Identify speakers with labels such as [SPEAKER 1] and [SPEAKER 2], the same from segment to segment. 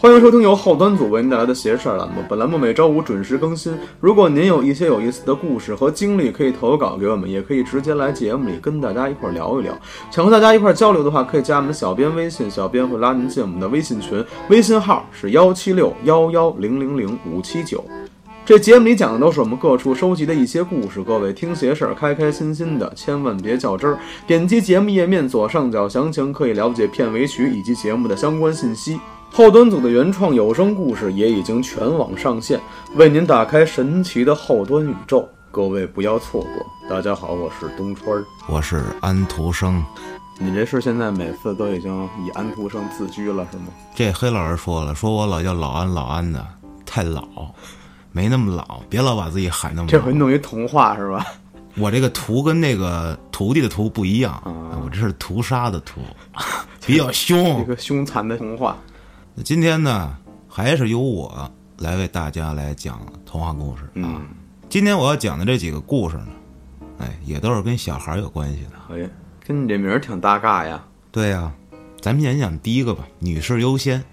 [SPEAKER 1] 欢迎收听由后端组为您带来的“邪事儿”栏目，本栏目每周五准时更新。如果您有一些有意思的故事和经历，可以投稿给我们，也可以直接来节目里跟大家一块儿聊一聊。想和大家一块儿交流的话，可以加我们小编微信，小编会拉您进我们的微信群，微信号是幺七六幺幺零零零五七九。这节目里讲的都是我们各处收集的一些故事，各位听邪事儿，开开心心的，千万别较真儿。点击节目页面左上角详情，可以了解片尾曲以及节目的相关信息。后端组的原创有声故事也已经全网上线，为您打开神奇的后端宇宙，各位不要错过。大家好，我是东川儿。
[SPEAKER 2] 我是安徒生。
[SPEAKER 1] 你这是现在每次都已经以安徒生自居了 是吗？
[SPEAKER 2] 这黑老师说了，说我老叫老安老安的，太老，没那么老，别老把自己喊那么
[SPEAKER 1] 这回
[SPEAKER 2] 老。
[SPEAKER 1] 弄一童话是 吧？
[SPEAKER 2] 我这个徒跟那个徒弟的徒不一样，
[SPEAKER 1] 啊
[SPEAKER 2] 我这是屠杀的屠，比较
[SPEAKER 1] 一
[SPEAKER 2] 凶。
[SPEAKER 1] 个凶残的童话。
[SPEAKER 2] 今天呢，还是由我来为大家来讲童话故事啊。
[SPEAKER 1] 嗯
[SPEAKER 2] 今天我要讲的这几个故事呢，哎，也都是跟小孩儿有关系的。
[SPEAKER 1] 哎，跟你这名儿挺搭嘎呀，
[SPEAKER 2] 对呀、咱们先讲第一个吧，女士优先。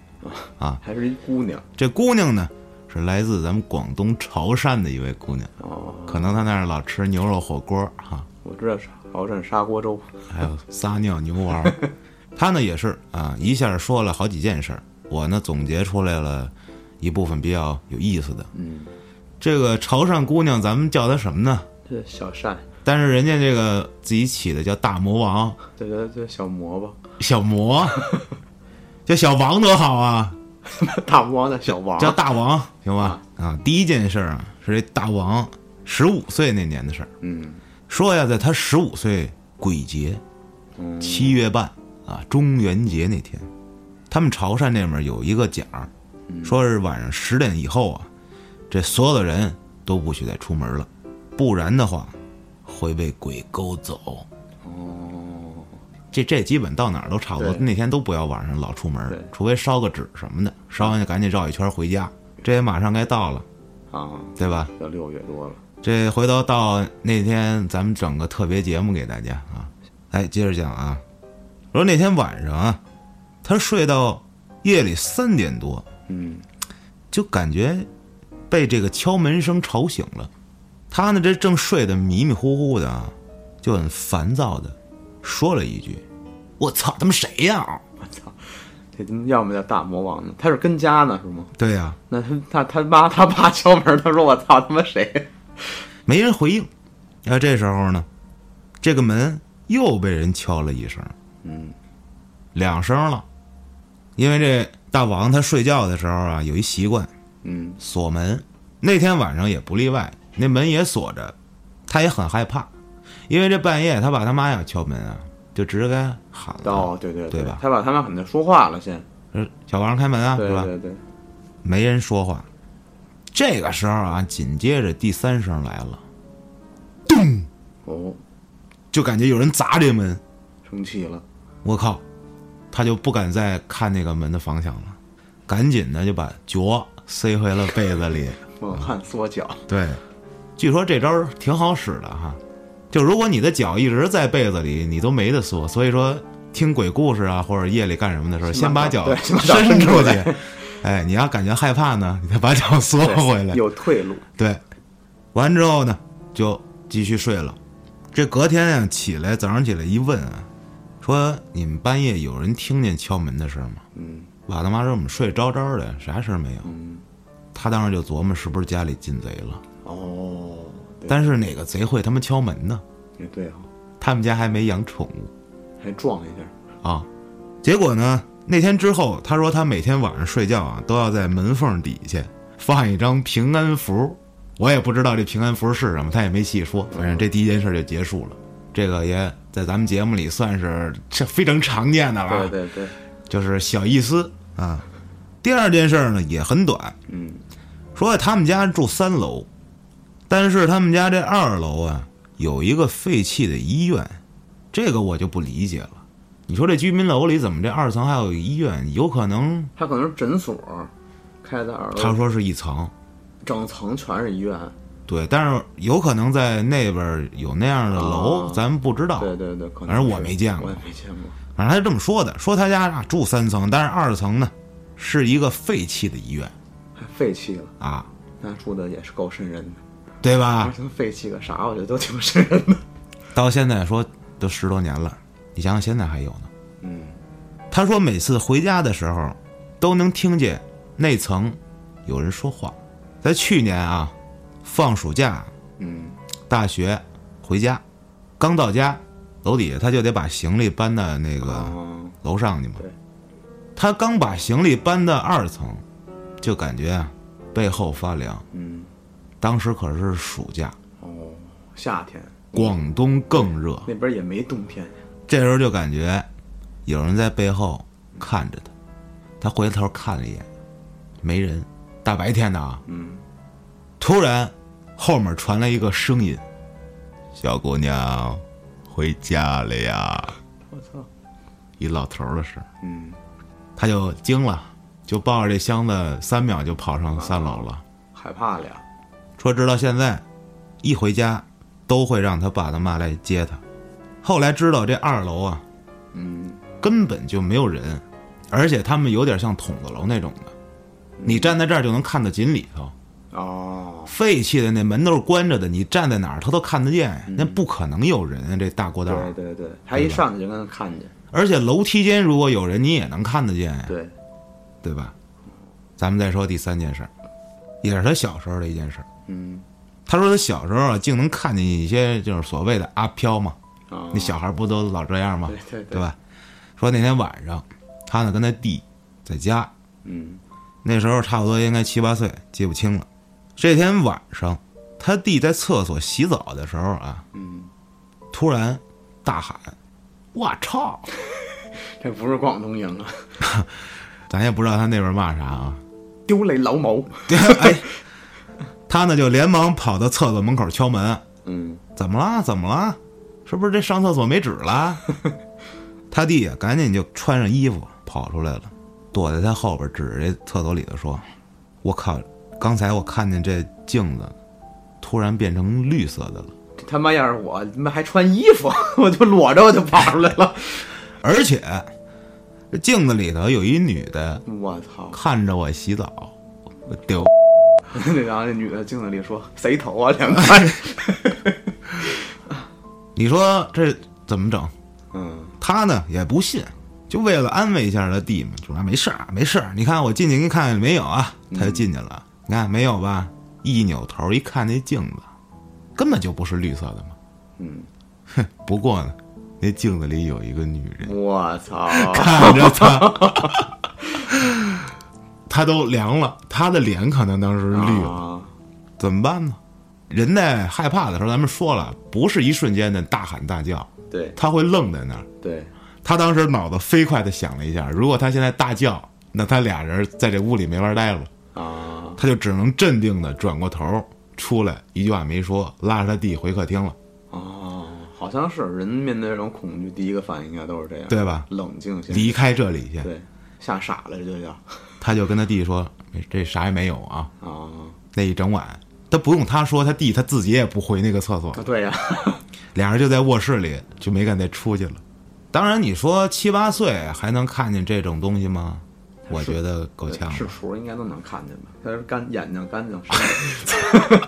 [SPEAKER 1] 还是一姑娘
[SPEAKER 2] 这姑娘呢，是来自咱们广东潮汕的一位姑娘。
[SPEAKER 1] 哦。
[SPEAKER 2] 可能他那儿老吃牛肉火锅哈、
[SPEAKER 1] 我知道是潮汕砂锅粥，
[SPEAKER 2] 还有撒尿牛丸儿。他呢也是啊，一下说了好几件事儿，我呢总结出来了一部分比较有意思的。
[SPEAKER 1] 嗯，
[SPEAKER 2] 这个潮汕姑娘，咱们叫她什么呢？
[SPEAKER 1] 这小扇，
[SPEAKER 2] 但是人家这个自己起的叫大魔王、
[SPEAKER 1] 这这这小蘑菇，
[SPEAKER 2] 小魔， 叫小王多好啊，
[SPEAKER 1] 大魔王的小王，
[SPEAKER 2] 叫大王行吧？啊，第一件事儿啊是这大王十五岁那年的事儿。
[SPEAKER 1] 嗯
[SPEAKER 2] 说呀，在他十五岁鬼节，
[SPEAKER 1] 嗯
[SPEAKER 2] 七月半啊，中元节那天，他们潮汕那边有一个讲儿，
[SPEAKER 1] 嗯
[SPEAKER 2] 说是晚上十点以后啊，这所有的人都不许再出门了，不然的话会被鬼勾走。
[SPEAKER 1] 哦，
[SPEAKER 2] 这这基本到哪儿都差不多，
[SPEAKER 1] 对
[SPEAKER 2] 那天都不要晚上老出
[SPEAKER 1] 对
[SPEAKER 2] 门，除非烧个纸什么的，烧完就赶紧绕一圈回家。这也马上该到了，
[SPEAKER 1] 啊，
[SPEAKER 2] 对吧？
[SPEAKER 1] 要六月多了，
[SPEAKER 2] 这回头到那天，咱们整个特别节目给大家啊。哎，接着讲啊，我说那天晚上啊，他睡到夜里三点多，
[SPEAKER 1] 嗯
[SPEAKER 2] 就感觉被这个敲门声吵醒了。他呢，这正睡得迷迷糊糊的啊，就很烦躁的说了一句：“我操，他妈谁呀、
[SPEAKER 1] 这他妈要么叫大魔王呢，他是跟家呢是吗？
[SPEAKER 2] 对呀、
[SPEAKER 1] 那他他他妈他爸敲门，他说我操他妈谁？
[SPEAKER 2] 没人回应。然后这时候呢，这个门又被人敲了一声，
[SPEAKER 1] 嗯，
[SPEAKER 2] 两声了。因为这大王他睡觉的时候啊，有一习惯
[SPEAKER 1] 嗯
[SPEAKER 2] 锁门，那天晚上也不例外，那门也锁着，他也很害怕，因为这半夜他爸他妈要敲门啊，就直接给他喊了
[SPEAKER 1] 哦，对对
[SPEAKER 2] 对吧
[SPEAKER 1] 他爸他妈可能就说话了先，：“
[SPEAKER 2] 说小王开门啊，
[SPEAKER 1] 对
[SPEAKER 2] 是吧
[SPEAKER 1] 对对，？”
[SPEAKER 2] 没人说话。这个时候啊，紧接着第三声来了，
[SPEAKER 1] 哦，
[SPEAKER 2] 就感觉有人砸这门，
[SPEAKER 1] 生气了，
[SPEAKER 2] 我靠，他就不敢再看那个门的方向了，赶紧的就把脚塞回了被子 里。
[SPEAKER 1] 猛汉缩 脚，
[SPEAKER 2] 对，据说这招儿挺好使的哈，就如果你的脚一直在被子里，你都没得缩。所以说，听鬼故事啊，或者夜里干什么的时候，
[SPEAKER 1] 先
[SPEAKER 2] 先
[SPEAKER 1] 把
[SPEAKER 2] 把
[SPEAKER 1] 脚
[SPEAKER 2] 脚
[SPEAKER 1] 对先把脚伸
[SPEAKER 2] 伸
[SPEAKER 1] 出
[SPEAKER 2] 出
[SPEAKER 1] 来
[SPEAKER 2] 去。哎，你要感觉害怕呢，你再把脚缩回来。
[SPEAKER 1] 有退路，
[SPEAKER 2] 对，完之后呢，就继续睡了。这隔天啊，起来早上起来一问啊，说你们半夜有人听见敲门的声吗？
[SPEAKER 1] 嗯
[SPEAKER 2] 爸他妈说我们睡着着的，啥事儿没有。
[SPEAKER 1] 嗯，
[SPEAKER 2] 他当时就琢磨是不是家里进贼了，
[SPEAKER 1] 哦，对
[SPEAKER 2] 但是哪个贼会他妈敲门呢？
[SPEAKER 1] 也对哈，
[SPEAKER 2] 他们家还没养宠物
[SPEAKER 1] 还撞一下，
[SPEAKER 2] 啊。结果呢，那天之后，他说他每天晚上睡觉啊，都要在门缝底下放一张平安符。我也不知道这平安符是什么，他也没细说。反正这第一件事就结束了。这个也在咱们节目里算是这非常常见的了，啊
[SPEAKER 1] 对对对，
[SPEAKER 2] 就是小意思啊。第二件事儿呢也很短，
[SPEAKER 1] 嗯
[SPEAKER 2] 说他们家住三楼，但是他们家这二楼啊有一个废弃的医院，这个我就不理解了。你说这居民楼里怎么这二层还有医院？有可能
[SPEAKER 1] 他可能是诊所开在二
[SPEAKER 2] 他
[SPEAKER 1] 楼，
[SPEAKER 2] 说是一层，
[SPEAKER 1] 整层全是医院，
[SPEAKER 2] 啊对，但是有可能在那边儿有那样的楼，
[SPEAKER 1] 啊
[SPEAKER 2] 咱们不知道。
[SPEAKER 1] 对对对，可能
[SPEAKER 2] 反正我
[SPEAKER 1] 是
[SPEAKER 2] 没见过
[SPEAKER 1] 我也没见过，
[SPEAKER 2] 反正他就这么说的，说他家啊住三层，但是二层呢是一个废弃的医院
[SPEAKER 1] 还废弃了，
[SPEAKER 2] 啊，
[SPEAKER 1] 那住的也是够瘆人的。
[SPEAKER 2] 对吧
[SPEAKER 1] 而？且废弃个啥，我觉得都挺瘆人 的。
[SPEAKER 2] 到现在说都十多年了，你想想现在还有呢。
[SPEAKER 1] 嗯，
[SPEAKER 2] 他说每次回家的时候，都能听见那层有人说话。在去年啊，放暑假，
[SPEAKER 1] 嗯，
[SPEAKER 2] 大学回家，刚到家，楼底下他就得把行李搬到那个
[SPEAKER 1] 哦，
[SPEAKER 2] 楼上去嘛
[SPEAKER 1] 对。
[SPEAKER 2] 他刚把行李搬到二层，就感觉啊背后发凉。
[SPEAKER 1] 嗯，
[SPEAKER 2] 当时可是暑假，
[SPEAKER 1] 哦，夏天
[SPEAKER 2] 广东更热，
[SPEAKER 1] 那边也没冬天。
[SPEAKER 2] 这时候就感觉有人在背后看着他。他回头看了一眼，没人，大白天的啊。
[SPEAKER 1] 嗯，
[SPEAKER 2] 突然，后面传来一个声音：“小姑娘，回家了呀
[SPEAKER 1] 我操，！”
[SPEAKER 2] 一老头儿的声儿。
[SPEAKER 1] 嗯，
[SPEAKER 2] 他就惊了，就抱着这箱子，三秒就跑上三楼了。
[SPEAKER 1] 害怕了呀。
[SPEAKER 2] 说直到现在，一回家都会让他爸他妈来接他。后来知道这二楼啊
[SPEAKER 1] 嗯，
[SPEAKER 2] 根本就没有人，而且他们有点像筒子楼那种的，你站在这儿就能看到井里头。
[SPEAKER 1] 哦，
[SPEAKER 2] 废弃的那门都是关着的，你站在哪儿他都看得见呀，那不可能有人啊！这大过道儿
[SPEAKER 1] 嗯对，对对，他一上去就能看见。
[SPEAKER 2] 而且楼梯间如果有人，你也能看得见呀。
[SPEAKER 1] 对，
[SPEAKER 2] 对吧？咱们再说第三件事儿，也是他小时候的一件事儿。
[SPEAKER 1] 嗯，
[SPEAKER 2] 他说他小时候啊，竟能看见一些就是所谓的阿飘嘛，
[SPEAKER 1] 哦，
[SPEAKER 2] 那小孩不都老这样吗
[SPEAKER 1] 对？对
[SPEAKER 2] 对
[SPEAKER 1] 对，
[SPEAKER 2] 吧？说那天晚上，他呢跟他弟在家，
[SPEAKER 1] 嗯
[SPEAKER 2] 那时候差不多应该七八岁，记不清了。这天晚上，他弟在厕所洗澡的时候啊，
[SPEAKER 1] 嗯，
[SPEAKER 2] 突然大喊：“我操！”
[SPEAKER 1] 这不是广东人啊，
[SPEAKER 2] 咱也不知道他那边骂啥啊。
[SPEAKER 1] 丢雷老母。
[SPEAKER 2] 哎，他呢就连忙跑到厕所门口敲门，
[SPEAKER 1] 嗯
[SPEAKER 2] 怎么啦？怎么啦？是不是这上厕所没纸了？他弟呀，赶紧就穿上衣服跑出来了，躲在他后边，指着这厕所里头说：“我靠！刚才我看见这镜子突然变成绿色的了，
[SPEAKER 1] 这他妈要是我，他妈还穿衣服， 我就裸着我就跑出来了。
[SPEAKER 2] 而且这镜子里头有一女的
[SPEAKER 1] 我操！
[SPEAKER 2] 看着我洗澡，我丢！
[SPEAKER 1] 然后那女的镜子里说：“谁头啊，两 块。
[SPEAKER 2] 你说这怎么整？”
[SPEAKER 1] 嗯
[SPEAKER 2] 他呢也不信，就为了安慰一下他弟嘛，就说哎没事儿，没事儿。你看我进去给你看看没有啊？他就进去
[SPEAKER 1] 嗯
[SPEAKER 2] 了，你看没有吧？一扭头一看那镜子，根本就不是绿色的嘛。
[SPEAKER 1] 嗯，
[SPEAKER 2] 不过呢，那镜子里有一个女人
[SPEAKER 1] 我操！
[SPEAKER 2] 看着 他，他都凉了，他的脸可能当时绿了，
[SPEAKER 1] 啊
[SPEAKER 2] 怎么办呢？人在害怕的时候，咱们说了，不是一瞬间的大喊大叫，
[SPEAKER 1] 对
[SPEAKER 2] 他会愣在那儿。
[SPEAKER 1] 对，
[SPEAKER 2] 他当时脑子飞快的想了一下，如果他现在大叫，那他俩人在这屋里没法待了，
[SPEAKER 1] 啊，
[SPEAKER 2] 他就只能镇定的转过头出来，一句话没说，拉着他弟回客厅了，
[SPEAKER 1] 哦，好像是人面对这种恐惧，第一个反应应该都是这样，
[SPEAKER 2] 对吧？
[SPEAKER 1] 冷静些，
[SPEAKER 2] 离开这里去。
[SPEAKER 1] 对，吓傻了这就叫
[SPEAKER 2] 他就跟他弟说：“没这啥也没有啊。
[SPEAKER 1] 啊，”
[SPEAKER 2] 那一整晚，他不用他说，他弟他自己也不回那个厕所，
[SPEAKER 1] 对呀，
[SPEAKER 2] 俩人就在卧室里就没敢再出去了。当然，你说七八岁还能看见这种东西吗？我觉得够呛了。
[SPEAKER 1] 是叔应该都能看见吧？他是干眼睛干净，是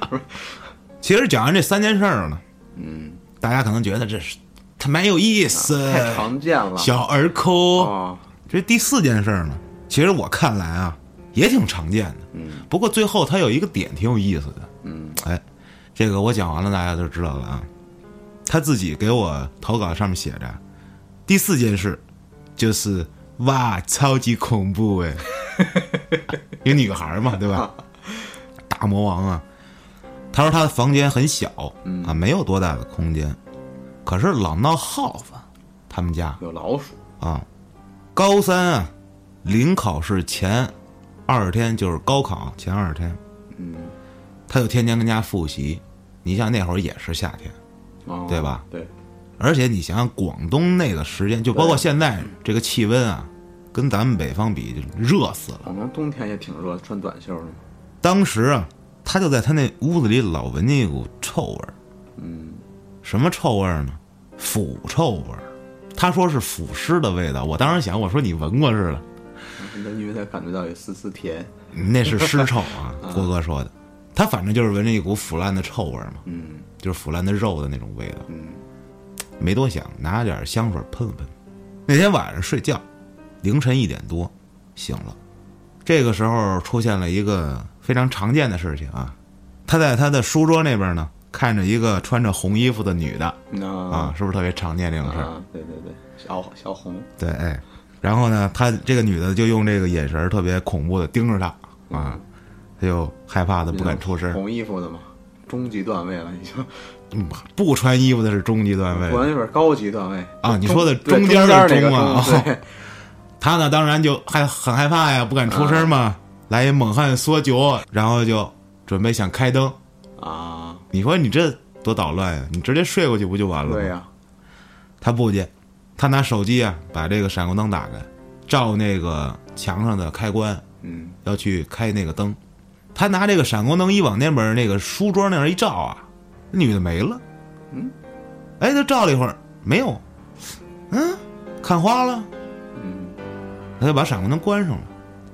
[SPEAKER 2] 其实讲完这三件事儿呢，
[SPEAKER 1] 嗯，啊
[SPEAKER 2] 大家可能觉得这是他没有意思，
[SPEAKER 1] 太常见了
[SPEAKER 2] 哎小儿科。
[SPEAKER 1] 啊，
[SPEAKER 2] 这第四件事儿呢，其实我看来啊，也挺常见的。
[SPEAKER 1] 嗯
[SPEAKER 2] 不过最后它有一个点挺有意思的，
[SPEAKER 1] 嗯
[SPEAKER 2] 哎，这个我讲完了，大家都知道了啊。他自己给我投稿上面写着，第四件事就是哇，超级恐怖 哎，一个女孩儿嘛，对吧？大魔王啊，他说他的房间很小
[SPEAKER 1] 嗯
[SPEAKER 2] 啊，没有多大的空间，可是老闹耗子，他们家
[SPEAKER 1] 有老鼠，
[SPEAKER 2] 啊，高三啊，临考试前二十天，就是高考前二十天，
[SPEAKER 1] 嗯，
[SPEAKER 2] 他就天天跟家复习。你像那会儿也是夏天，
[SPEAKER 1] 哦
[SPEAKER 2] 对吧？
[SPEAKER 1] 对，
[SPEAKER 2] 而且你想想广东那个时间，就包括现在这个气温啊，跟咱们北方比就热死了。
[SPEAKER 1] 广东冬天也挺热，穿短袖的，
[SPEAKER 2] 当时啊，他就在他那屋子里老闻见一股臭味儿，
[SPEAKER 1] 嗯，
[SPEAKER 2] 什么臭味儿呢？腐臭味儿。他说是腐尸的味道，我当时想，我说你闻过似的，
[SPEAKER 1] 那因为他感觉到有丝丝甜。
[SPEAKER 2] 那是尸臭啊，郭哥说的。他反正就是闻着一股腐烂的臭味儿嘛，
[SPEAKER 1] 嗯
[SPEAKER 2] 就是腐烂的肉的那种味道。
[SPEAKER 1] 嗯
[SPEAKER 2] 没多想，拿点香水喷了喷。那天晚上睡觉，凌晨一点多醒了，这个时候出现了一个非常常见的事情啊，他在他的书桌那边呢，看着一个穿着红衣服的女的
[SPEAKER 1] 那
[SPEAKER 2] 啊，是不是特别常见这种事儿？
[SPEAKER 1] 啊，对对对，小小红，
[SPEAKER 2] 对，哎，然后呢，他这个女的就用这个眼神儿特别恐怖的盯着
[SPEAKER 1] 嗯
[SPEAKER 2] 他啊，他就害怕的不敢出声。
[SPEAKER 1] 红衣服的嘛，中级段位了已经，
[SPEAKER 2] 嗯不穿衣服的是中级段位
[SPEAKER 1] 不，然有点高级段位
[SPEAKER 2] 啊你说的
[SPEAKER 1] 中对
[SPEAKER 2] 中间
[SPEAKER 1] 间
[SPEAKER 2] 的
[SPEAKER 1] 儿那个
[SPEAKER 2] 中啊
[SPEAKER 1] 中对，
[SPEAKER 2] 他呢，当然就害很害怕呀，不敢出声嘛。
[SPEAKER 1] 啊
[SPEAKER 2] 来一猛汉缩脚，然后就准备想开灯。
[SPEAKER 1] 啊，
[SPEAKER 2] 你说你这多捣乱呀！你直接睡过去不就 完了吗？
[SPEAKER 1] 对呀，
[SPEAKER 2] 他不接，他拿手机啊把这个闪光灯打开，照那个墙上的开关，
[SPEAKER 1] 嗯
[SPEAKER 2] 要去开那个灯。他拿这个闪光灯一往那边那个书桌那儿一照啊，那女的没了。
[SPEAKER 1] 嗯，
[SPEAKER 2] 哎，他照了一会儿没有，嗯，看花了。
[SPEAKER 1] 嗯，
[SPEAKER 2] 他就把闪光灯关上了。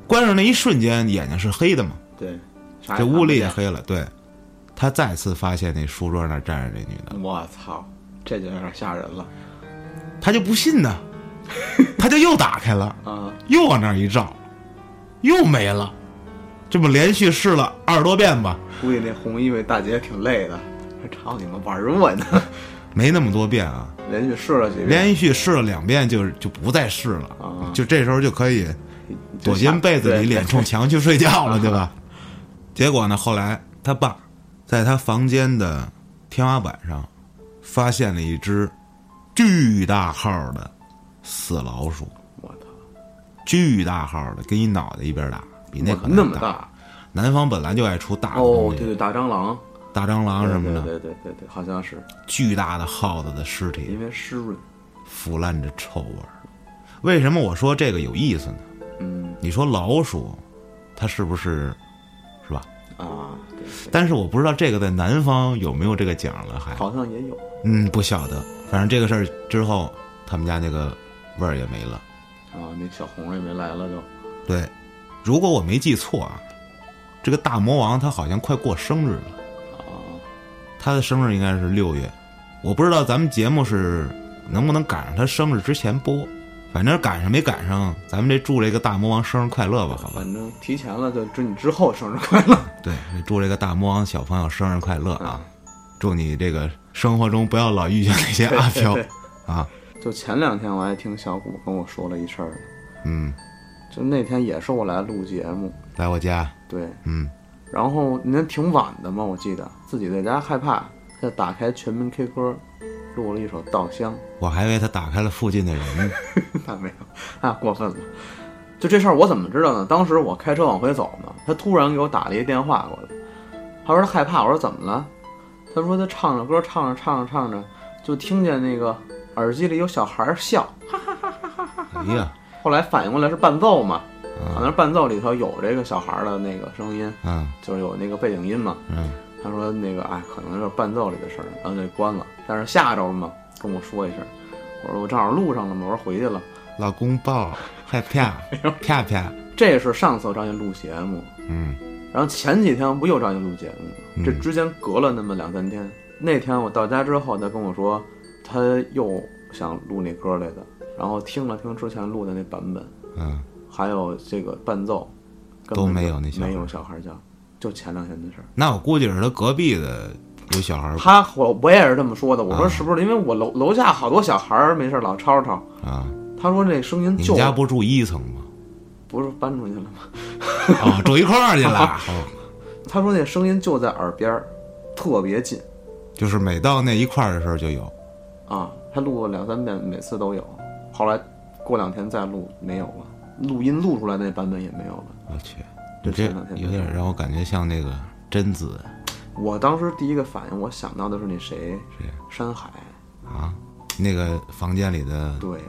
[SPEAKER 2] 关上那一瞬间，眼睛是黑的嘛，
[SPEAKER 1] 对，啥也
[SPEAKER 2] 这
[SPEAKER 1] 哎看
[SPEAKER 2] 屋
[SPEAKER 1] 不
[SPEAKER 2] 里也
[SPEAKER 1] 见，
[SPEAKER 2] 黑了。对，他再次发现那书桌那儿站着这女的，
[SPEAKER 1] 我操，这就有点吓人了
[SPEAKER 2] 他就不信 呢，他就又打开了，
[SPEAKER 1] 啊，
[SPEAKER 2] 又往那儿一照，又没了。这么连续试了二十多遍吧，
[SPEAKER 1] 估计那红衣服大姐挺累的，还操你们玩儿我呢，
[SPEAKER 2] 没那么多遍啊，
[SPEAKER 1] 连续试了几遍，
[SPEAKER 2] 连续试了两遍就就不再试了，
[SPEAKER 1] 啊，
[SPEAKER 2] 就这时候就可以
[SPEAKER 1] 就
[SPEAKER 2] 躲进被子
[SPEAKER 1] 对
[SPEAKER 2] 里，脸冲墙去睡觉了，对吧？结果呢，后来他爸在他房间的天花板上发现了一只巨大号的死老鼠，
[SPEAKER 1] 我操，
[SPEAKER 2] 巨大号的，跟一脑袋一边大，比那可
[SPEAKER 1] 那
[SPEAKER 2] 能
[SPEAKER 1] 么
[SPEAKER 2] 大。
[SPEAKER 1] 大
[SPEAKER 2] 南方本来就爱出大的
[SPEAKER 1] 哦
[SPEAKER 2] 东，
[SPEAKER 1] 对
[SPEAKER 2] 西，
[SPEAKER 1] 对，大蟑螂
[SPEAKER 2] 大蟑螂什么的，
[SPEAKER 1] 对对对对对，好像是
[SPEAKER 2] 巨大的耗子的尸体
[SPEAKER 1] 因为湿润，
[SPEAKER 2] 腐烂着臭味儿。为什么我说这个有意思呢？
[SPEAKER 1] 嗯
[SPEAKER 2] 你说老鼠，它是不是是吧？
[SPEAKER 1] 啊，对对，
[SPEAKER 2] 但是我不知道这个在南方有没有这个奖了，还
[SPEAKER 1] 好像也有，
[SPEAKER 2] 嗯不晓得。反正这个事儿之后，他们家那个味儿也没了。
[SPEAKER 1] 啊，那小红也没来了就，
[SPEAKER 2] 对，如果我没记错啊，这个大魔王他好像快过生日了，
[SPEAKER 1] 啊，
[SPEAKER 2] 他的生日应该是六月，我不知道咱们节目是能不能赶上他生日之前播，反正赶上没赶上，咱们这祝这个大魔王生日快乐吧，好吧？
[SPEAKER 1] 反正提前了就祝你之后生日快乐，
[SPEAKER 2] 对，祝这个大魔王小朋友生日快乐啊！祝你这个生活中不要老遇见那些阿飘
[SPEAKER 1] 对对
[SPEAKER 2] 啊，
[SPEAKER 1] 就前两天我还听小谷跟我说了一事儿，
[SPEAKER 2] 嗯。
[SPEAKER 1] 就那天也是我来录节目，
[SPEAKER 2] 来我家，
[SPEAKER 1] 对，
[SPEAKER 2] 嗯，
[SPEAKER 1] 然后您挺晚的嘛，我记得自己在家害怕，就打开全民 K 歌，录了一首《稻香》。
[SPEAKER 2] 我还以为他打开了附近的人呢。
[SPEAKER 1] 那没有，那过分了。就这事儿我怎么知道呢？当时我开车往回走呢，他突然给我打了一电话过来，他说他害怕，我说怎么了？他说他唱着歌，唱着唱着唱着，就听见那个耳机里有小孩儿笑，
[SPEAKER 2] 哎呀，
[SPEAKER 1] 后来反应过来是伴奏嘛，好
[SPEAKER 2] 啊，
[SPEAKER 1] 像伴奏里头有这个小孩儿的那个声音，
[SPEAKER 2] 嗯
[SPEAKER 1] 就是有那个背景音嘛。
[SPEAKER 2] 嗯，
[SPEAKER 1] 他说那个哎，可能是伴奏里的事儿，然后就关了。但是吓着了嘛，跟我说一声。我说我正好路上了嘛，我说回去了。
[SPEAKER 2] 老公 抱，害怕，
[SPEAKER 1] 哎
[SPEAKER 2] 啪啪，
[SPEAKER 1] 这是上次我找你录节目，
[SPEAKER 2] 嗯，
[SPEAKER 1] 然后前几天不又找你录节目吗？这之间隔了那么两三天。那天我到家之后，他跟我说他又想录那歌来的，然后听了听之前录的那版本，
[SPEAKER 2] 嗯，
[SPEAKER 1] 还有这个伴奏，根
[SPEAKER 2] 都
[SPEAKER 1] 本
[SPEAKER 2] 没
[SPEAKER 1] 就
[SPEAKER 2] 有那小孩
[SPEAKER 1] 没有小孩叫，就前两天的事儿。
[SPEAKER 2] 那我估计是他隔壁的有小孩儿
[SPEAKER 1] 他我我也是这么说的，我说是不是？因为我楼楼下好多小孩儿没事儿老吵吵，
[SPEAKER 2] 啊。
[SPEAKER 1] 他说那声音
[SPEAKER 2] 你
[SPEAKER 1] 就
[SPEAKER 2] 们家不住一层吗？
[SPEAKER 1] 不是搬出去了吗？
[SPEAKER 2] 哦，住一块儿去 了。哦
[SPEAKER 1] 他说那声音就在耳边儿，特别近
[SPEAKER 2] 就是每到那一块儿的时候就有。
[SPEAKER 1] 啊。他录了两三遍，每次都有。后来过两天再录没有了，录音录出来那版本也没有了。
[SPEAKER 2] 我去，你
[SPEAKER 1] 就
[SPEAKER 2] 这
[SPEAKER 1] 前两天
[SPEAKER 2] 有点让我感觉像那个贞子
[SPEAKER 1] 我当时第一个反应，我想到的是那谁，
[SPEAKER 2] 谁
[SPEAKER 1] 山海，
[SPEAKER 2] 啊，那个房间里的，
[SPEAKER 1] 对，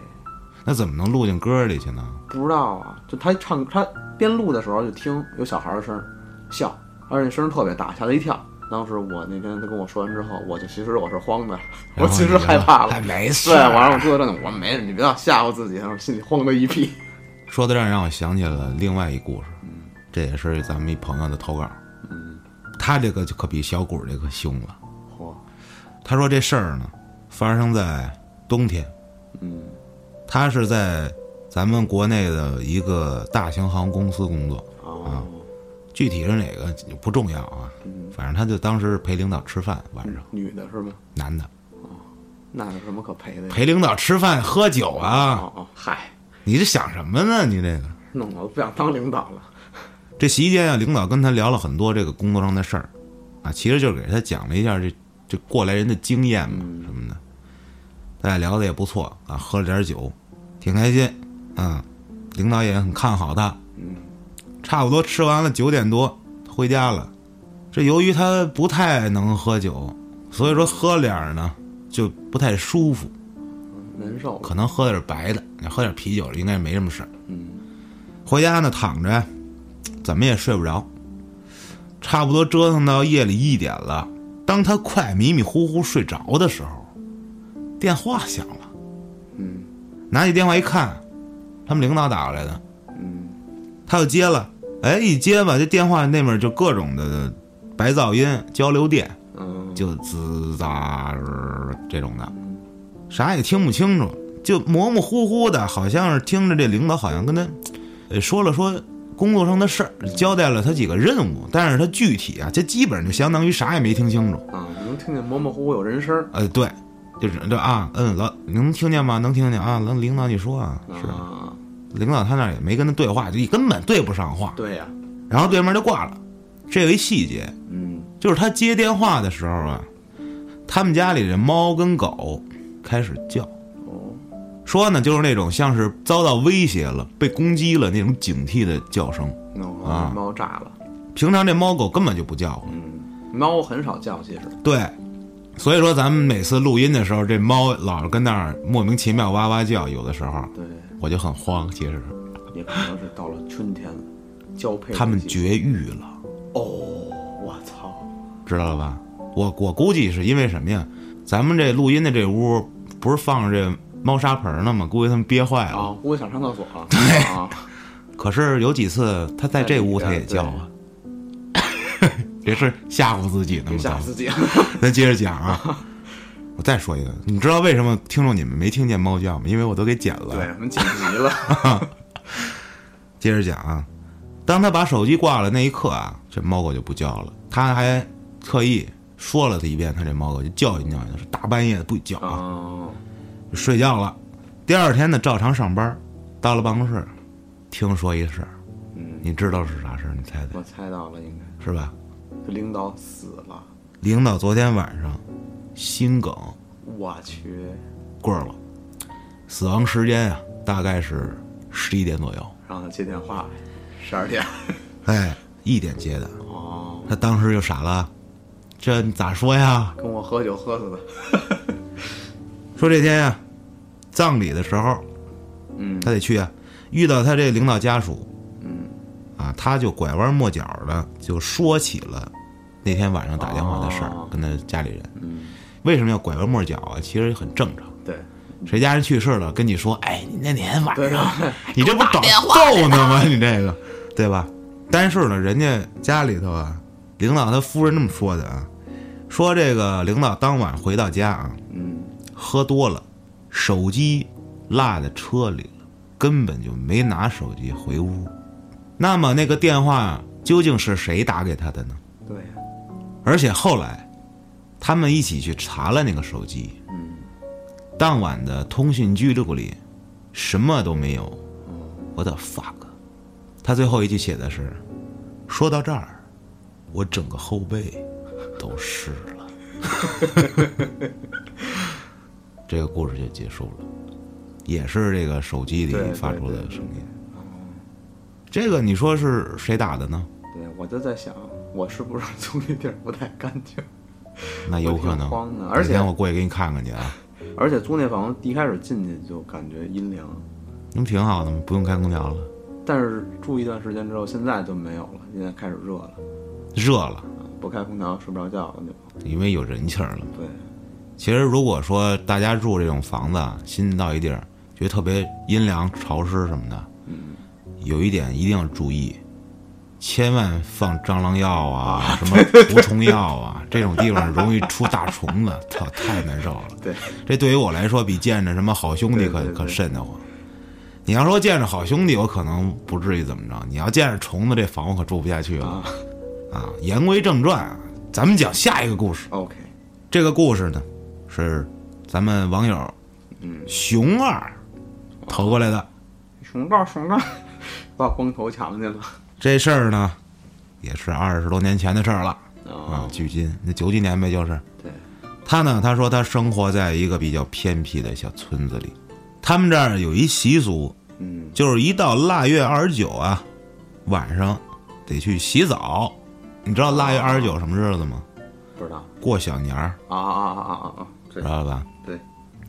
[SPEAKER 2] 那怎么能录进歌里去呢？
[SPEAKER 1] 不知道啊，就他唱他边录的时候就听有小孩儿的声儿笑，而且那声儿特别大，吓他一跳。当时我那天他跟我说完之后，我就其实我是慌的，我
[SPEAKER 2] 然后
[SPEAKER 1] 其
[SPEAKER 2] 你
[SPEAKER 1] 实
[SPEAKER 2] 就
[SPEAKER 1] 害怕了
[SPEAKER 2] 哎。没事
[SPEAKER 1] 对，
[SPEAKER 2] 儿，
[SPEAKER 1] 晚上我坐在这，我说没事，你别老吓唬自己，我心里慌的一屁。
[SPEAKER 2] 说到这儿，让我想起了另外一故事，
[SPEAKER 1] 嗯
[SPEAKER 2] 这也是咱们一朋友的投稿。他这个就可比小谷这个凶了。
[SPEAKER 1] 嚯，
[SPEAKER 2] 他说这事儿呢，发生在冬天。
[SPEAKER 1] 嗯，
[SPEAKER 2] 他是在咱们国内的一个大型航空公司工作，
[SPEAKER 1] 哦，
[SPEAKER 2] 具体是哪个不重要啊。
[SPEAKER 1] 嗯
[SPEAKER 2] 反正他就当时陪领导吃饭，晚上
[SPEAKER 1] 女的是吗？
[SPEAKER 2] 男的
[SPEAKER 1] 那有什么可赔的呀？
[SPEAKER 2] 陪领导吃饭喝酒啊，
[SPEAKER 1] 哦哦，嗨，
[SPEAKER 2] 你这想什么呢？你这个
[SPEAKER 1] 弄得我不想当领导了。
[SPEAKER 2] 这席间啊，领导跟他聊了很多这个工作上的事儿，啊，其实就是给他讲了一下这这过来人的经验嘛什么的，大家聊的也不错啊，喝了点酒，挺开心啊，领导也很看好他，
[SPEAKER 1] 嗯，
[SPEAKER 2] 差不多吃完了九点多回家了，这由于他不太能喝酒，所以说喝点儿呢就不太舒服，
[SPEAKER 1] 难受，
[SPEAKER 2] 可能喝点白的，你喝点啤酒应该没什么事儿。
[SPEAKER 1] 嗯，
[SPEAKER 2] 回家呢躺着，怎么也睡不着，差不多折腾到夜里一点了。当他快迷迷糊糊睡着的时候，电话响了。
[SPEAKER 1] 嗯，
[SPEAKER 2] 拿起电话一看，他们领导打过来的。
[SPEAKER 1] 嗯，
[SPEAKER 2] 他就接了，哎，一接吧，这电话那面就各种的白噪音、交流电，
[SPEAKER 1] 嗯，
[SPEAKER 2] 就滋咋这种的，啥也听不清楚，就模模糊糊的，好像是听着这领导好像跟他，呃，说了说工作上的事儿，交代了他几个任务，但是他具体啊，这基本就相当于啥也没听清楚。
[SPEAKER 1] 啊，能听见模模糊糊有人声儿
[SPEAKER 2] 呃，对，就是这啊，嗯，老你能听见吗？能听见啊，领领导你说啊，是
[SPEAKER 1] 啊，
[SPEAKER 2] 领导他那儿也没跟他对话，就根本对不上话，
[SPEAKER 1] 对呀，
[SPEAKER 2] 然后对面就挂了。这有一细节，
[SPEAKER 1] 嗯，
[SPEAKER 2] 就是他接电话的时候啊，他们家里的猫跟狗开始叫，
[SPEAKER 1] 哦，
[SPEAKER 2] 说呢就是那种像是遭到威胁了、被攻击了那种警惕的叫声。
[SPEAKER 1] 那我
[SPEAKER 2] 啊
[SPEAKER 1] 猫炸了，
[SPEAKER 2] 平常这猫狗根本就不叫唤，
[SPEAKER 1] 嗯，猫很少叫，其实，
[SPEAKER 2] 对，所以说咱们每次录音的时候，这猫老是跟那儿莫名其妙哇哇叫，有的时候
[SPEAKER 1] 对，
[SPEAKER 2] 我就很慌。其实
[SPEAKER 1] 也可能是到了春天了，交配的
[SPEAKER 2] 他们
[SPEAKER 1] 季节
[SPEAKER 2] 绝育了，
[SPEAKER 1] 哦，我操，
[SPEAKER 2] 知道了吧？我我估计是因为什么呀？咱们这录音的这屋不是放着这猫砂盆呢吗？估计他们憋坏了。
[SPEAKER 1] 啊，我想上厕所了， 对啊，
[SPEAKER 2] 可是有几次他在这屋他也叫啊，这是吓唬自己呢
[SPEAKER 1] 别
[SPEAKER 2] 吗？
[SPEAKER 1] 吓
[SPEAKER 2] 咱们
[SPEAKER 1] 自己，
[SPEAKER 2] 咱接着讲啊， 我再说一个，你知道为什么听众你们没听见猫叫吗？因为我都给剪
[SPEAKER 1] 对，
[SPEAKER 2] 了。
[SPEAKER 1] 我们紧急 了，
[SPEAKER 2] 接着讲啊，当他把手机挂了那一刻啊，这猫狗就不叫了。他还特意说了他一遍，他这猫狗就教训教训，说大半夜的不叫啊，
[SPEAKER 1] 啊，
[SPEAKER 2] 就睡觉了。第二天呢，照常上班，到了办公室，听说一事儿，
[SPEAKER 1] 嗯，
[SPEAKER 2] 你知道是啥事儿？你猜猜
[SPEAKER 1] 我猜到了，应该
[SPEAKER 2] 是吧？
[SPEAKER 1] 这领导死了，
[SPEAKER 2] 领导昨天晚上心梗
[SPEAKER 1] 我去，
[SPEAKER 2] 棍儿了，死亡时间啊大概是十一点左右，
[SPEAKER 1] 让他接电话，十二点，
[SPEAKER 2] 哎，一点接的，
[SPEAKER 1] 哦，
[SPEAKER 2] 他当时就傻了，这你咋说呀？
[SPEAKER 1] 跟我喝酒喝死的，
[SPEAKER 2] 说这天呀、葬礼的时候
[SPEAKER 1] 嗯
[SPEAKER 2] 他得去啊，遇到他这领导家属
[SPEAKER 1] 嗯，
[SPEAKER 2] 啊，他就拐弯抹角的就说起了那天晚上打电话的事儿
[SPEAKER 1] 哦，
[SPEAKER 2] 跟他家里人，
[SPEAKER 1] 嗯，
[SPEAKER 2] 为什么要拐弯抹角啊？其实很正常。
[SPEAKER 1] 对，
[SPEAKER 2] 谁家人去世了，跟你说，哎，你那天晚
[SPEAKER 1] 对
[SPEAKER 2] 上
[SPEAKER 1] 对，
[SPEAKER 2] 你这不找揍呢吗？ 你这个，对吧？但是呢，人家家里头啊，领导他夫人这么说的啊，说这个领导当晚回到家啊，
[SPEAKER 1] 嗯，
[SPEAKER 2] 喝多了，手机落在车里了，根本就没拿手机回屋。那么那个电话究竟是谁打给他的呢？
[SPEAKER 1] 对，
[SPEAKER 2] 啊而且后来，他们一起去查了那个手机，
[SPEAKER 1] 嗯，
[SPEAKER 2] 当晚的通讯记录里什么都没有。
[SPEAKER 1] 哦，
[SPEAKER 2] 我的 fuck！他最后一句写的是：“说到这儿，我整个后背都湿了。” 这个故事就结束了，也是这个手机里
[SPEAKER 1] 对对
[SPEAKER 2] 发出的
[SPEAKER 1] 对
[SPEAKER 2] 声音。这个你说是谁打的呢？
[SPEAKER 1] 对，我就在想，我是不是从那地儿不太干净？
[SPEAKER 2] 那有可能
[SPEAKER 1] 我挺慌的。啊
[SPEAKER 2] 哪
[SPEAKER 1] 而且
[SPEAKER 2] 天我过去给你看看去啊，
[SPEAKER 1] 而且租那房一开始进去就感觉阴凉，
[SPEAKER 2] 那不挺好的吗？不用开空调了，
[SPEAKER 1] 但是住一段时间之后，现在就没有了，现在开始热了，
[SPEAKER 2] 热了，
[SPEAKER 1] 不开空调睡不着觉了就。
[SPEAKER 2] 因为有人气儿了。
[SPEAKER 1] 对，
[SPEAKER 2] 其实如果说大家住这种房子啊，新到一地儿，觉得特别阴凉、潮湿什么的，
[SPEAKER 1] 嗯
[SPEAKER 2] 有一点一定要注意，千万放蟑螂药啊、 什么除虫药啊，这种地方容易出大虫子，操，太难受了。
[SPEAKER 1] 对，
[SPEAKER 2] 这对于我来说，比见着什么好兄弟可
[SPEAKER 1] 对对对
[SPEAKER 2] 可瘆得慌。你要说见着好兄弟，我可能不至于怎么着。你要见着虫子，这房我可住不下去了
[SPEAKER 1] 啊
[SPEAKER 2] 啊！言归正传啊，咱们讲下一个故事。
[SPEAKER 1] ，OK，
[SPEAKER 2] 这个故事呢，是咱们网友
[SPEAKER 1] 嗯
[SPEAKER 2] 熊二投过来的。
[SPEAKER 1] 熊照 熊照，把光头抢去了
[SPEAKER 2] 这事儿呢，也是二十多年前的事儿了啊
[SPEAKER 1] 啊，，
[SPEAKER 2] 距今那九几年呗，就是。
[SPEAKER 1] 对，
[SPEAKER 2] 他呢，他说他生活在一个比较偏僻的小村子里，他们这儿有一习俗，
[SPEAKER 1] 嗯
[SPEAKER 2] 就是一到腊月二十九啊，晚上得去洗澡。你
[SPEAKER 1] 哦
[SPEAKER 2] 知道腊月二十九什么日子吗？
[SPEAKER 1] 不知道
[SPEAKER 2] 过小年儿，
[SPEAKER 1] 啊啊啊啊啊啊，
[SPEAKER 2] 知
[SPEAKER 1] 对，
[SPEAKER 2] 道了吧？
[SPEAKER 1] 对，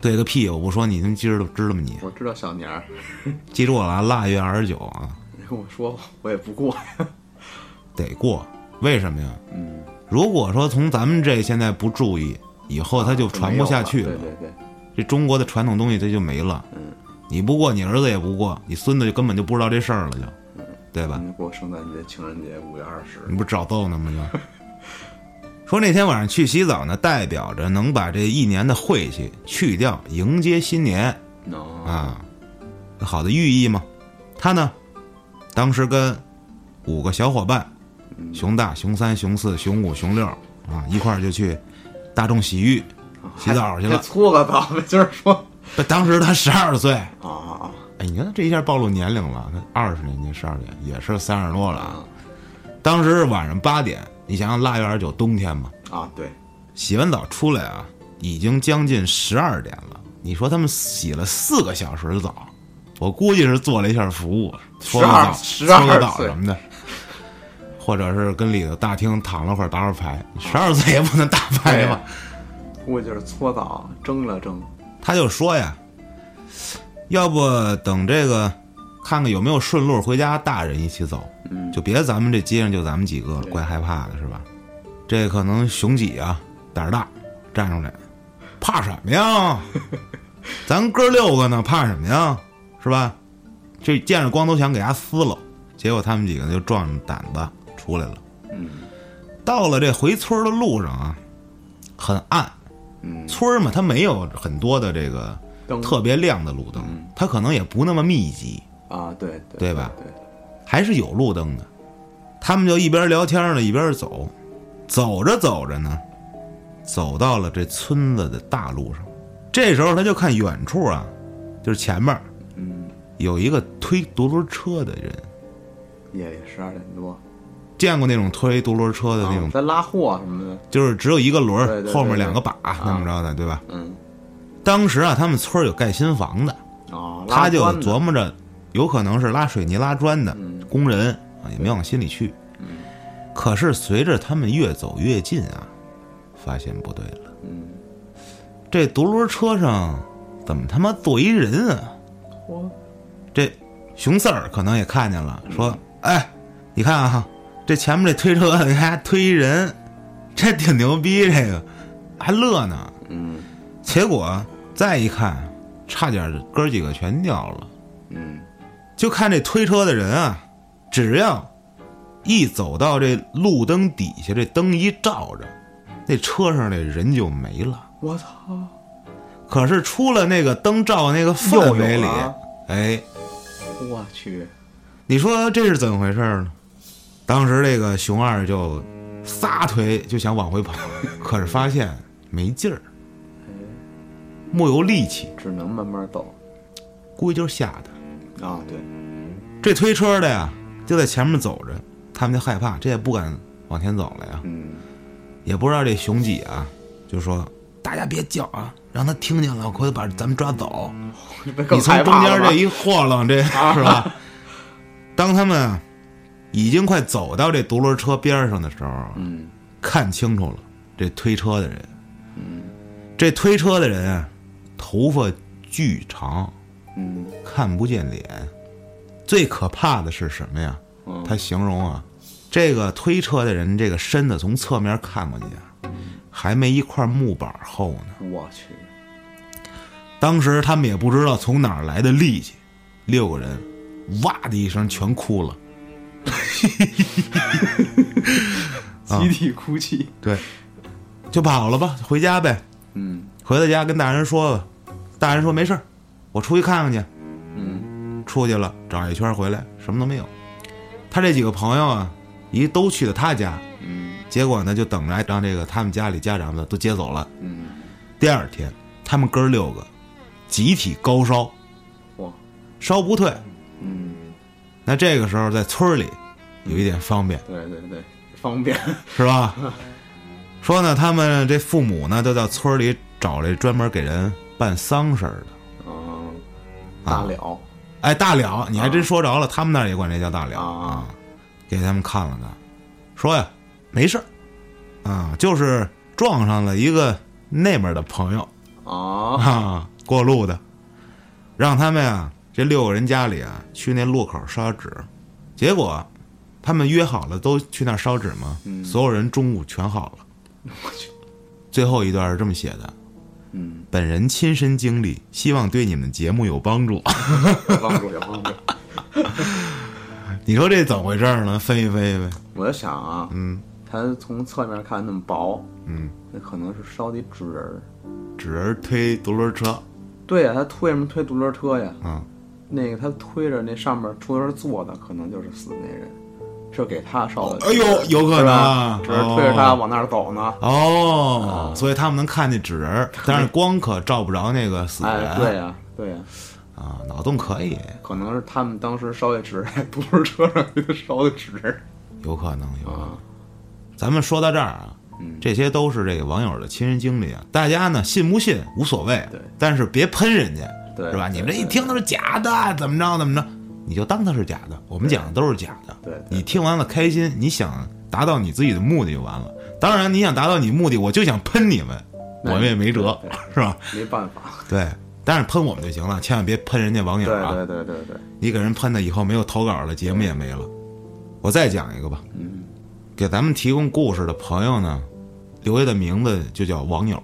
[SPEAKER 2] 对个屁！我不说你，他们今儿都知道吗？你
[SPEAKER 1] 我知道小年儿，
[SPEAKER 2] 记住了啊，腊月二十九啊，
[SPEAKER 1] 你跟我说吧我也不 过呀，
[SPEAKER 2] 得过。为什么呀？
[SPEAKER 1] 嗯，
[SPEAKER 2] 如果说从咱们这现在不注意，以后它就传不下去
[SPEAKER 1] 没有
[SPEAKER 2] 了。
[SPEAKER 1] 了对啊对对，
[SPEAKER 2] 这中国的传统东西它就没了。
[SPEAKER 1] 嗯，
[SPEAKER 2] 你不过，你儿子也不过，你孙子就根本就不知道这事儿了，就，
[SPEAKER 1] 嗯
[SPEAKER 2] 对吧？
[SPEAKER 1] 你过圣诞节、情人节，五月二十，
[SPEAKER 2] 你不找揍呢吗？就 说那天晚上去洗澡呢，代表着能把这一年的晦气去掉，迎接新年
[SPEAKER 1] 能
[SPEAKER 2] 啊，有好的寓意嘛。他呢，当时跟五个小伙伴，熊大、熊三、熊四、熊五、熊六啊，一块儿就去大众洗浴洗澡去
[SPEAKER 1] 哦还
[SPEAKER 2] 了。
[SPEAKER 1] 搓个澡呗，就是说
[SPEAKER 2] 但当 时他十二岁，
[SPEAKER 1] 啊啊
[SPEAKER 2] 哎，你看他这一下暴露年龄了，他二十年前十二年也是三十多了啊。
[SPEAKER 1] 啊
[SPEAKER 2] 当时是晚上八点，你想想腊月二十九冬天嘛，
[SPEAKER 1] 啊啊，对，
[SPEAKER 2] 洗完澡出来啊，已经将近十二点了。你说他们洗了四个小时的澡，我估计是做了一下服务，搓个澡、
[SPEAKER 1] 12
[SPEAKER 2] 搓个澡
[SPEAKER 1] 岁
[SPEAKER 2] 什么的，或者是跟里头大厅躺了会儿打会儿牌。十二岁也不能打牌吧？
[SPEAKER 1] 估计就是搓澡蒸了蒸，
[SPEAKER 2] 他就说呀，要不等这个看看有没有顺路回家，大人一起走，
[SPEAKER 1] 嗯
[SPEAKER 2] 就别咱们这街上就咱们几个了，
[SPEAKER 1] 对
[SPEAKER 2] 怪害怕的是吧？这可能熊几啊，胆儿大，站出来，怕什么呀？ 咱哥六个呢，怕什么呀？是吧？这见着光头强给他撕了，结果他们几个就壮着胆子出来了。
[SPEAKER 1] 嗯
[SPEAKER 2] 到了这回村儿的路上啊，很暗，
[SPEAKER 1] 嗯，
[SPEAKER 2] 村儿嘛，它没有很多的这个
[SPEAKER 1] 灯
[SPEAKER 2] 特别亮的路灯，
[SPEAKER 1] 嗯
[SPEAKER 2] 它可能也不那么密集，
[SPEAKER 1] 啊，对对
[SPEAKER 2] 对吧
[SPEAKER 1] 对，
[SPEAKER 2] 还是有路灯的。他们就一边聊天呢，一边走，走着走着呢，走到了这村子的大路上。这时候他就看远处啊，就是前面儿
[SPEAKER 1] 嗯，
[SPEAKER 2] 有一个推独轮车的人，
[SPEAKER 1] 夜里十二点多，
[SPEAKER 2] 见过那种推独轮车的那种，
[SPEAKER 1] 在拉货什么的，
[SPEAKER 2] 就是只有一个轮
[SPEAKER 1] 啊对
[SPEAKER 2] 儿
[SPEAKER 1] 对，对
[SPEAKER 2] 后面
[SPEAKER 1] 对
[SPEAKER 2] 两个把，那么着的，对吧？
[SPEAKER 1] 嗯
[SPEAKER 2] 当时啊，他们村儿有盖新房的，
[SPEAKER 1] 啊，拉
[SPEAKER 2] 他就
[SPEAKER 1] 砖的
[SPEAKER 2] 琢磨着，有可能是拉水泥、拉砖的
[SPEAKER 1] 嗯
[SPEAKER 2] 工人啊，也没往心里去。可是随着他们越走越近啊，发现不对了，
[SPEAKER 1] 嗯，
[SPEAKER 2] 这独轮车上怎么他妈坐一人啊？
[SPEAKER 1] 嚯，
[SPEAKER 2] 这熊四儿可能也看见了，说：“
[SPEAKER 1] 嗯
[SPEAKER 2] 哎，你看啊，这前面这推车的，你看还推一人，这挺牛逼，这个还乐呢。”
[SPEAKER 1] 嗯
[SPEAKER 2] 结果再一看，差点哥几个全尿了。
[SPEAKER 1] 嗯
[SPEAKER 2] 就看这推车的人啊，只要一走到这路灯底下，这灯一照着，那车上这人就没了。
[SPEAKER 1] 我操，
[SPEAKER 2] 可是出了那个灯照那个范围
[SPEAKER 1] 又有
[SPEAKER 2] 里
[SPEAKER 1] 了，
[SPEAKER 2] 哎，
[SPEAKER 1] 我去，
[SPEAKER 2] 你说这是怎么回事呢？当时这个熊二就撒腿就想往回跑，可是发现没劲儿，木有力气，
[SPEAKER 1] 只能慢慢走
[SPEAKER 2] 估计就是吓的。
[SPEAKER 1] 啊，对，
[SPEAKER 2] 这推车的呀，就在前面走着，他们就害怕，这也不敢往前走了呀。
[SPEAKER 1] 嗯
[SPEAKER 2] 也不知道这熊几啊，就说大家别叫啊，让他听见了，快把咱们抓走。
[SPEAKER 1] 被更
[SPEAKER 2] 嗯你从
[SPEAKER 1] 害
[SPEAKER 2] 中
[SPEAKER 1] 怕
[SPEAKER 2] 间
[SPEAKER 1] 了
[SPEAKER 2] 这
[SPEAKER 1] 吧啊
[SPEAKER 2] 一豁楞，这是吧？当他们啊已经快走到这独轮车边上的时候，
[SPEAKER 1] 嗯
[SPEAKER 2] 看清楚了这推车的人。
[SPEAKER 1] 嗯
[SPEAKER 2] 这推车的人啊，头发巨长，
[SPEAKER 1] 嗯
[SPEAKER 2] 看不见脸。最可怕的是什么呀？
[SPEAKER 1] 嗯
[SPEAKER 2] 他形容啊，这个推车的人这个身子从侧面看过去啊，还没一块木板厚呢。
[SPEAKER 1] 我去，
[SPEAKER 2] 当时他们也不知道从哪儿来的力气，六个人哇的一声全哭了。啊
[SPEAKER 1] 集体哭泣。
[SPEAKER 2] 对，就跑了吧，回家呗。
[SPEAKER 1] 嗯
[SPEAKER 2] 回到家跟大人说了，大人说没事儿，我出去看看去。
[SPEAKER 1] 嗯
[SPEAKER 2] 出去了找一圈回来，什么都没有。他这几个朋友啊，一都去了他家，
[SPEAKER 1] 嗯
[SPEAKER 2] 结果呢就等着让这个他们家里家长们都接走了。
[SPEAKER 1] 嗯，
[SPEAKER 2] 第二天，他们哥儿六个集体高烧，
[SPEAKER 1] 哇，
[SPEAKER 2] 烧不退。
[SPEAKER 1] 嗯，
[SPEAKER 2] 那这个时候在村儿里有一点方便，
[SPEAKER 1] 对对对，方便。
[SPEAKER 2] 是吧？说呢，他们这父母呢都到村儿里找这专门给人办丧事儿的。
[SPEAKER 1] 嗯，大了。
[SPEAKER 2] 哎，大了，你还真说着了，他们那儿也管这叫大了
[SPEAKER 1] 啊，
[SPEAKER 2] 给他们看了看，说呀，没事儿，啊，就是撞上了一个那边的朋友
[SPEAKER 1] 啊，
[SPEAKER 2] 啊，过路的，让他们呀这六个人家里啊去那路口烧纸，结果他们约好了都去那儿烧纸嘛，
[SPEAKER 1] 嗯
[SPEAKER 2] 所有人中午全好了，
[SPEAKER 1] 我去，
[SPEAKER 2] 最后一段是这么写的。
[SPEAKER 1] 嗯，
[SPEAKER 2] 本人亲身经历，希望对你们节目有帮助。
[SPEAKER 1] 嗯有帮助有帮助。
[SPEAKER 2] 你说这怎么回事儿呢？分析分析呗。
[SPEAKER 1] 我在想啊，
[SPEAKER 2] 嗯，
[SPEAKER 1] 它从侧面看那么薄，
[SPEAKER 2] 嗯，
[SPEAKER 1] 那可能是烧的纸人儿。
[SPEAKER 2] 纸人推独轮车，
[SPEAKER 1] 对呀、他推什么推独轮车呀？
[SPEAKER 2] 嗯，
[SPEAKER 1] 那个他推着那上面出租车坐的，可能就是死那人，是给他烧的。
[SPEAKER 2] 哎呦有可
[SPEAKER 1] 是
[SPEAKER 2] 能啊
[SPEAKER 1] 吧只是推着他
[SPEAKER 2] 哦
[SPEAKER 1] 往那儿走呢。
[SPEAKER 2] 哦，所以他们能看见纸人儿，但是光可照不着那个死人。
[SPEAKER 1] 哎，对呀、对呀、
[SPEAKER 2] 啊，脑洞可以，
[SPEAKER 1] 可能是他们当时烧的纸， 独轮车上给他烧的纸。
[SPEAKER 2] 有可能，有可能。
[SPEAKER 1] 啊，
[SPEAKER 2] 咱们说到这儿啊，
[SPEAKER 1] 嗯
[SPEAKER 2] 这些都是这个网友的亲身经历啊，大家呢信不信无所谓，
[SPEAKER 1] 对
[SPEAKER 2] 但是别喷人家，
[SPEAKER 1] 对
[SPEAKER 2] 是吧？
[SPEAKER 1] 对
[SPEAKER 2] 你这一听都是假的，怎么着怎么着，你就当它是假的，我们讲的都是假的，
[SPEAKER 1] 对对
[SPEAKER 2] 你听完了开心，你想达到你自己的目的就完了。当然，你想达到你目的，我就想喷你们，我
[SPEAKER 1] 那
[SPEAKER 2] 们也没辙，是吧？
[SPEAKER 1] 没办法。
[SPEAKER 2] 对，但是喷我们就行了，千万别喷人家网
[SPEAKER 1] 对
[SPEAKER 2] 友啊！
[SPEAKER 1] 对对对对，
[SPEAKER 2] 你给人喷的以后没有投稿了，节目也没了。我再讲一个吧，
[SPEAKER 1] 嗯
[SPEAKER 2] 给咱们提供故事的朋友呢，留下的名字就叫网友，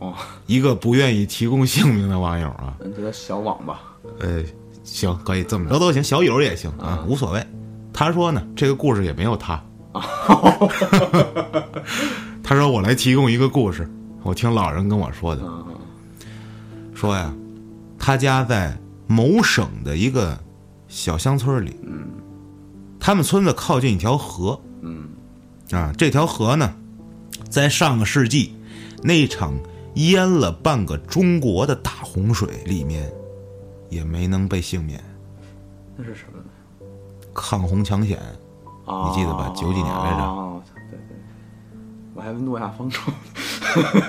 [SPEAKER 1] 哦，
[SPEAKER 2] 一个不愿意提供姓名的网友啊。
[SPEAKER 1] 咱就叫小网吧。
[SPEAKER 2] 呃，行，可以这么着都行，小友也行啊，无所谓。他说呢，这个故事也没有 他。他说我来提供一个故事，我听老人跟我说的。
[SPEAKER 1] 嗯
[SPEAKER 2] 说呀，他家在某省的一个小乡村里，
[SPEAKER 1] 嗯
[SPEAKER 2] 他们村子靠近一条河
[SPEAKER 1] 嗯
[SPEAKER 2] 啊，这条河呢，在上个世纪那场淹了半个中国的大洪水里面，也没能被幸免。
[SPEAKER 1] 那是什么呢？
[SPEAKER 2] 抗洪抢险，
[SPEAKER 1] 啊，
[SPEAKER 2] 你记得吧九几年来着
[SPEAKER 1] 哦，对对，我还诺亚方舟。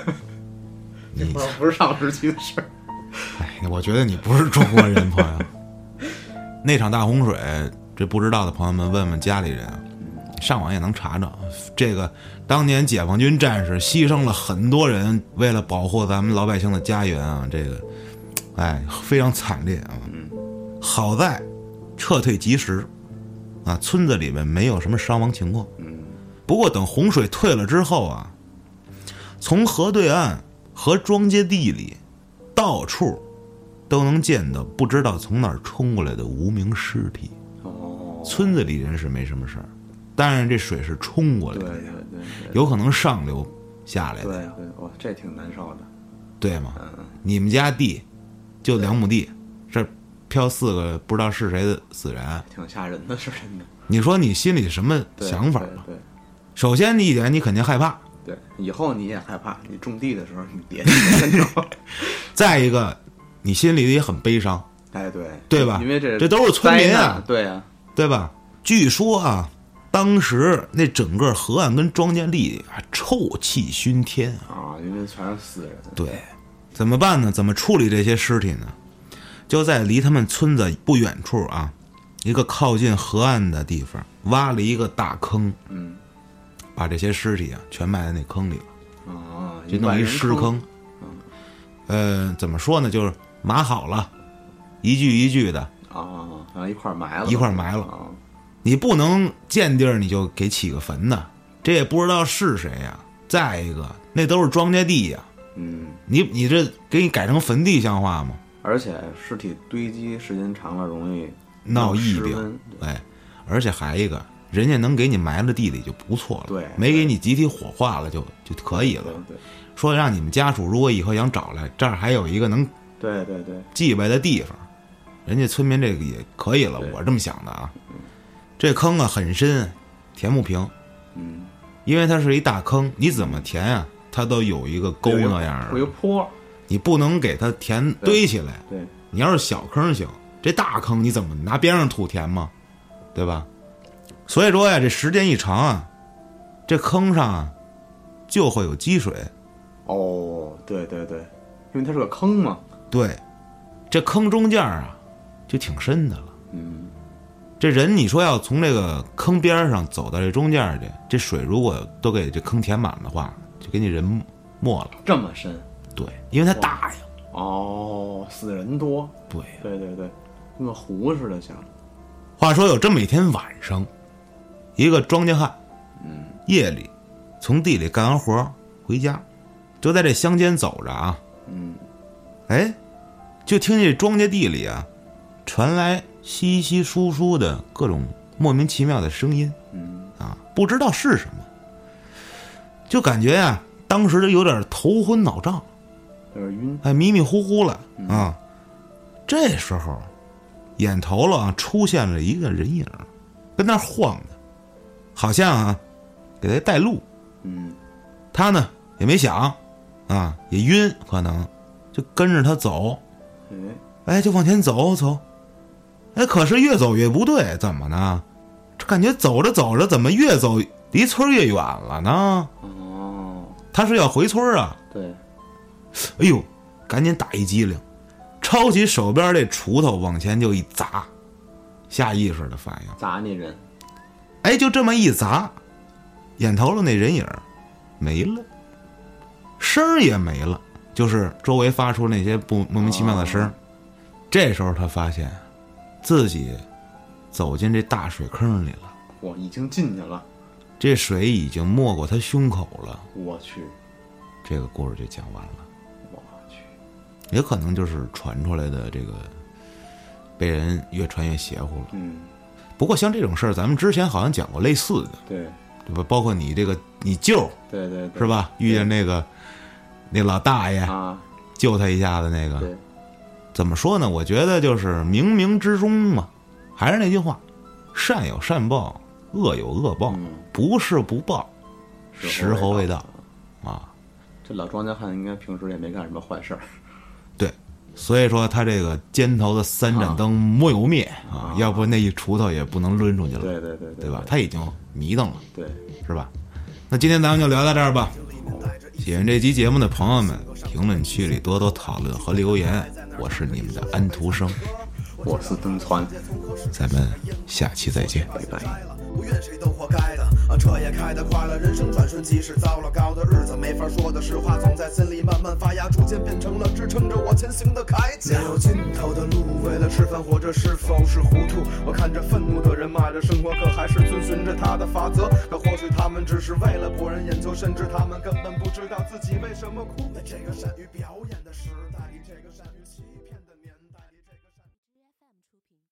[SPEAKER 2] 你
[SPEAKER 1] 不是不是上世纪的 事儿。
[SPEAKER 2] 哎，我觉得你不是中国人，朋友。 那场大洪水，这不知道的朋友们问问家里人啊，上网也能查着。这个当年解放军战士牺牲了很多人，为了保护咱们老百姓的家园啊，这个，哎，非常惨烈啊。好在撤退及时，啊，村子里面没有什么伤亡情况。
[SPEAKER 1] 嗯
[SPEAKER 2] 不过等洪水退了之后啊，从河对岸和庄稼地里，到处都能见到不知道从哪儿冲过来的无名尸体。
[SPEAKER 1] 哦，
[SPEAKER 2] 村子里人是没什么事儿，但是这水是冲过来
[SPEAKER 1] 对
[SPEAKER 2] 的，
[SPEAKER 1] 对对
[SPEAKER 2] 有可能上流下来
[SPEAKER 1] 对
[SPEAKER 2] 的，
[SPEAKER 1] 对对，哇，这挺难受的。
[SPEAKER 2] 对吗？
[SPEAKER 1] 嗯
[SPEAKER 2] 你们家地就两亩地，这儿飘四个不知道是谁的死人，
[SPEAKER 1] 挺吓人的，是 真的。
[SPEAKER 2] 你说你心里什么
[SPEAKER 1] 对
[SPEAKER 2] 想法
[SPEAKER 1] 对
[SPEAKER 2] 吧？
[SPEAKER 1] 对
[SPEAKER 2] 首先第一点，你肯定害怕，
[SPEAKER 1] 对，以后你也害怕，你种地的时候你 别真的。
[SPEAKER 2] 再一个，你心里也很悲伤。
[SPEAKER 1] 哎，对
[SPEAKER 2] 对吧
[SPEAKER 1] 因为这
[SPEAKER 2] 这都是村民啊
[SPEAKER 1] 灾难对呀，
[SPEAKER 2] 对吧？据说啊，当时那整个河岸跟庄稼地啊，臭气熏天
[SPEAKER 1] 啊，
[SPEAKER 2] 啊。
[SPEAKER 1] 因为全是死人。
[SPEAKER 2] 对，怎么办呢？怎么处理这些尸体呢？就在离他们村子不远处啊，一个靠近河岸的地方挖了一个大坑，
[SPEAKER 1] 嗯，
[SPEAKER 2] 把这些尸体啊全埋在那坑里了，
[SPEAKER 1] 啊，
[SPEAKER 2] 就弄一尸
[SPEAKER 1] 万人
[SPEAKER 2] 坑。嗯呃，怎么说呢？就是码好了，一句一句的，
[SPEAKER 1] 啊，然后一块儿埋了，
[SPEAKER 2] 一块儿埋了
[SPEAKER 1] 啊。
[SPEAKER 2] 你不能见地儿你就给起个坟呐，这也不知道是谁呀、再一个，那都是庄稼地呀、
[SPEAKER 1] 嗯，
[SPEAKER 2] 你你这给你改成坟地像话吗？
[SPEAKER 1] 而且尸体堆积时间长了容易
[SPEAKER 2] 闹疫
[SPEAKER 1] 失
[SPEAKER 2] 病，
[SPEAKER 1] 温
[SPEAKER 2] 哎，而且还一个，人家能给你埋了地里就不错了，
[SPEAKER 1] 对
[SPEAKER 2] 没给你集体火化了就就可以
[SPEAKER 1] 对
[SPEAKER 2] 了。说让你们家属如果以后想找来，这儿还有一个能
[SPEAKER 1] 对对对对，
[SPEAKER 2] 祭拜的地方，人家村民这个也可以了
[SPEAKER 1] 对，
[SPEAKER 2] 我这么想的啊。这坑啊很深，填不平，
[SPEAKER 1] 嗯，
[SPEAKER 2] 因为它是一大坑，你怎么填啊？它都有一个沟
[SPEAKER 1] 有一个
[SPEAKER 2] 那样
[SPEAKER 1] 有一个
[SPEAKER 2] 的，
[SPEAKER 1] 坡儿，
[SPEAKER 2] 你不能给它填堆起来。
[SPEAKER 1] 对，
[SPEAKER 2] 你要是小坑行，这大坑你怎么拿边上土填嘛，对吧？所以说呀，这时间一长啊，这坑上啊就会有积水。
[SPEAKER 1] 哦，对对对，因为它是个坑嘛，
[SPEAKER 2] 对，这坑中间啊就挺深的了。
[SPEAKER 1] 嗯，
[SPEAKER 2] 这人你说要从这个坑边上走到这中间去，这水如果都给这坑填满的话，就给你人没了。
[SPEAKER 1] 这么深，
[SPEAKER 2] 对，因为它大呀。
[SPEAKER 1] 哦，死人多，
[SPEAKER 2] 对，
[SPEAKER 1] 对对对，跟个湖似的像，
[SPEAKER 2] 话说有这么一天晚上，一个庄稼汉，嗯，夜里从地里干完活儿回家，就在这乡间走着啊，
[SPEAKER 1] 嗯，
[SPEAKER 2] 哎，就听见庄稼地里啊传来稀稀疏疏的各种莫名其妙的声音，
[SPEAKER 1] 嗯，
[SPEAKER 2] 啊，不知道是什么，就感觉呀、当时就有点头昏脑胀，
[SPEAKER 1] 有点晕，
[SPEAKER 2] 哎，迷迷糊糊了啊。这时候，眼头了啊，出现了一个人影儿，跟那儿晃的，好像啊，给他带路。
[SPEAKER 1] 嗯，
[SPEAKER 2] 他呢也没想，啊，也晕，可能就跟着他走，
[SPEAKER 1] 哎，
[SPEAKER 2] 哎，就往前走走。哎，可是越走越不对，怎么呢？这感觉走着走着，怎么越走离村儿越远了呢？
[SPEAKER 1] 哦，
[SPEAKER 2] 他是要回村儿啊！
[SPEAKER 1] 对，
[SPEAKER 2] 哎呦，赶紧打一激灵，抄起手边这锄头往前就一砸，下意识的反应，
[SPEAKER 1] 砸那人，
[SPEAKER 2] 哎，就这么一砸，眼头上那人影儿没了，声儿也没了，就是周围发出那些不莫名其妙的声儿。这时候他发现自己走进这大水坑里了，
[SPEAKER 1] 我已经进去了，
[SPEAKER 2] 这水已经没过他胸口了。
[SPEAKER 1] 我去，
[SPEAKER 2] 这个故事就讲完了。
[SPEAKER 1] 我去，
[SPEAKER 2] 也可能就是传出来的这个被人越传越邪乎了。
[SPEAKER 1] 嗯，
[SPEAKER 2] 不过像这种事儿，咱们之前好像讲过类似的，
[SPEAKER 1] 对
[SPEAKER 2] 对吧？包括你这个你舅
[SPEAKER 1] 对对对，
[SPEAKER 2] 是吧？遇见那个那老大爷
[SPEAKER 1] 啊，
[SPEAKER 2] 救他一下的那个，
[SPEAKER 1] 对，
[SPEAKER 2] 怎么说呢？我觉得就是冥冥之中嘛，还是那句话，善有善报，恶有恶报，
[SPEAKER 1] 嗯，
[SPEAKER 2] 不是不报时候未到啊。
[SPEAKER 1] 这老庄稼汉应该平时也没干什么坏事儿，
[SPEAKER 2] 所以说他这个肩头的三盏灯没有灭啊，要不那一锄头也不能抡出去了。
[SPEAKER 1] 对对对
[SPEAKER 2] 对吧？？他已经迷瞪了，
[SPEAKER 1] 对，
[SPEAKER 2] 是吧？那今天咱们就聊到这儿吧。喜欢这期节目的朋友们，评论区里多多讨论和留言。我是你们的安徒生，
[SPEAKER 1] 我是登川，
[SPEAKER 2] 咱们下期再见。
[SPEAKER 1] 拜拜。
[SPEAKER 3] 开了，不怨谁都活该的啊！这也开得快了，人生转瞬即逝，糟了糕的日子没法说的实话，总在心里慢慢发芽，逐渐变成了支撑着我前行的铠甲。没有尽头的路，为了吃饭活着是否是糊涂？我看着愤怒的人骂着生活，可还是遵循着他的法则。可或许他们只是为了博人眼球，甚至他们根本不知道自己为什么哭。在这个善于表演的时代。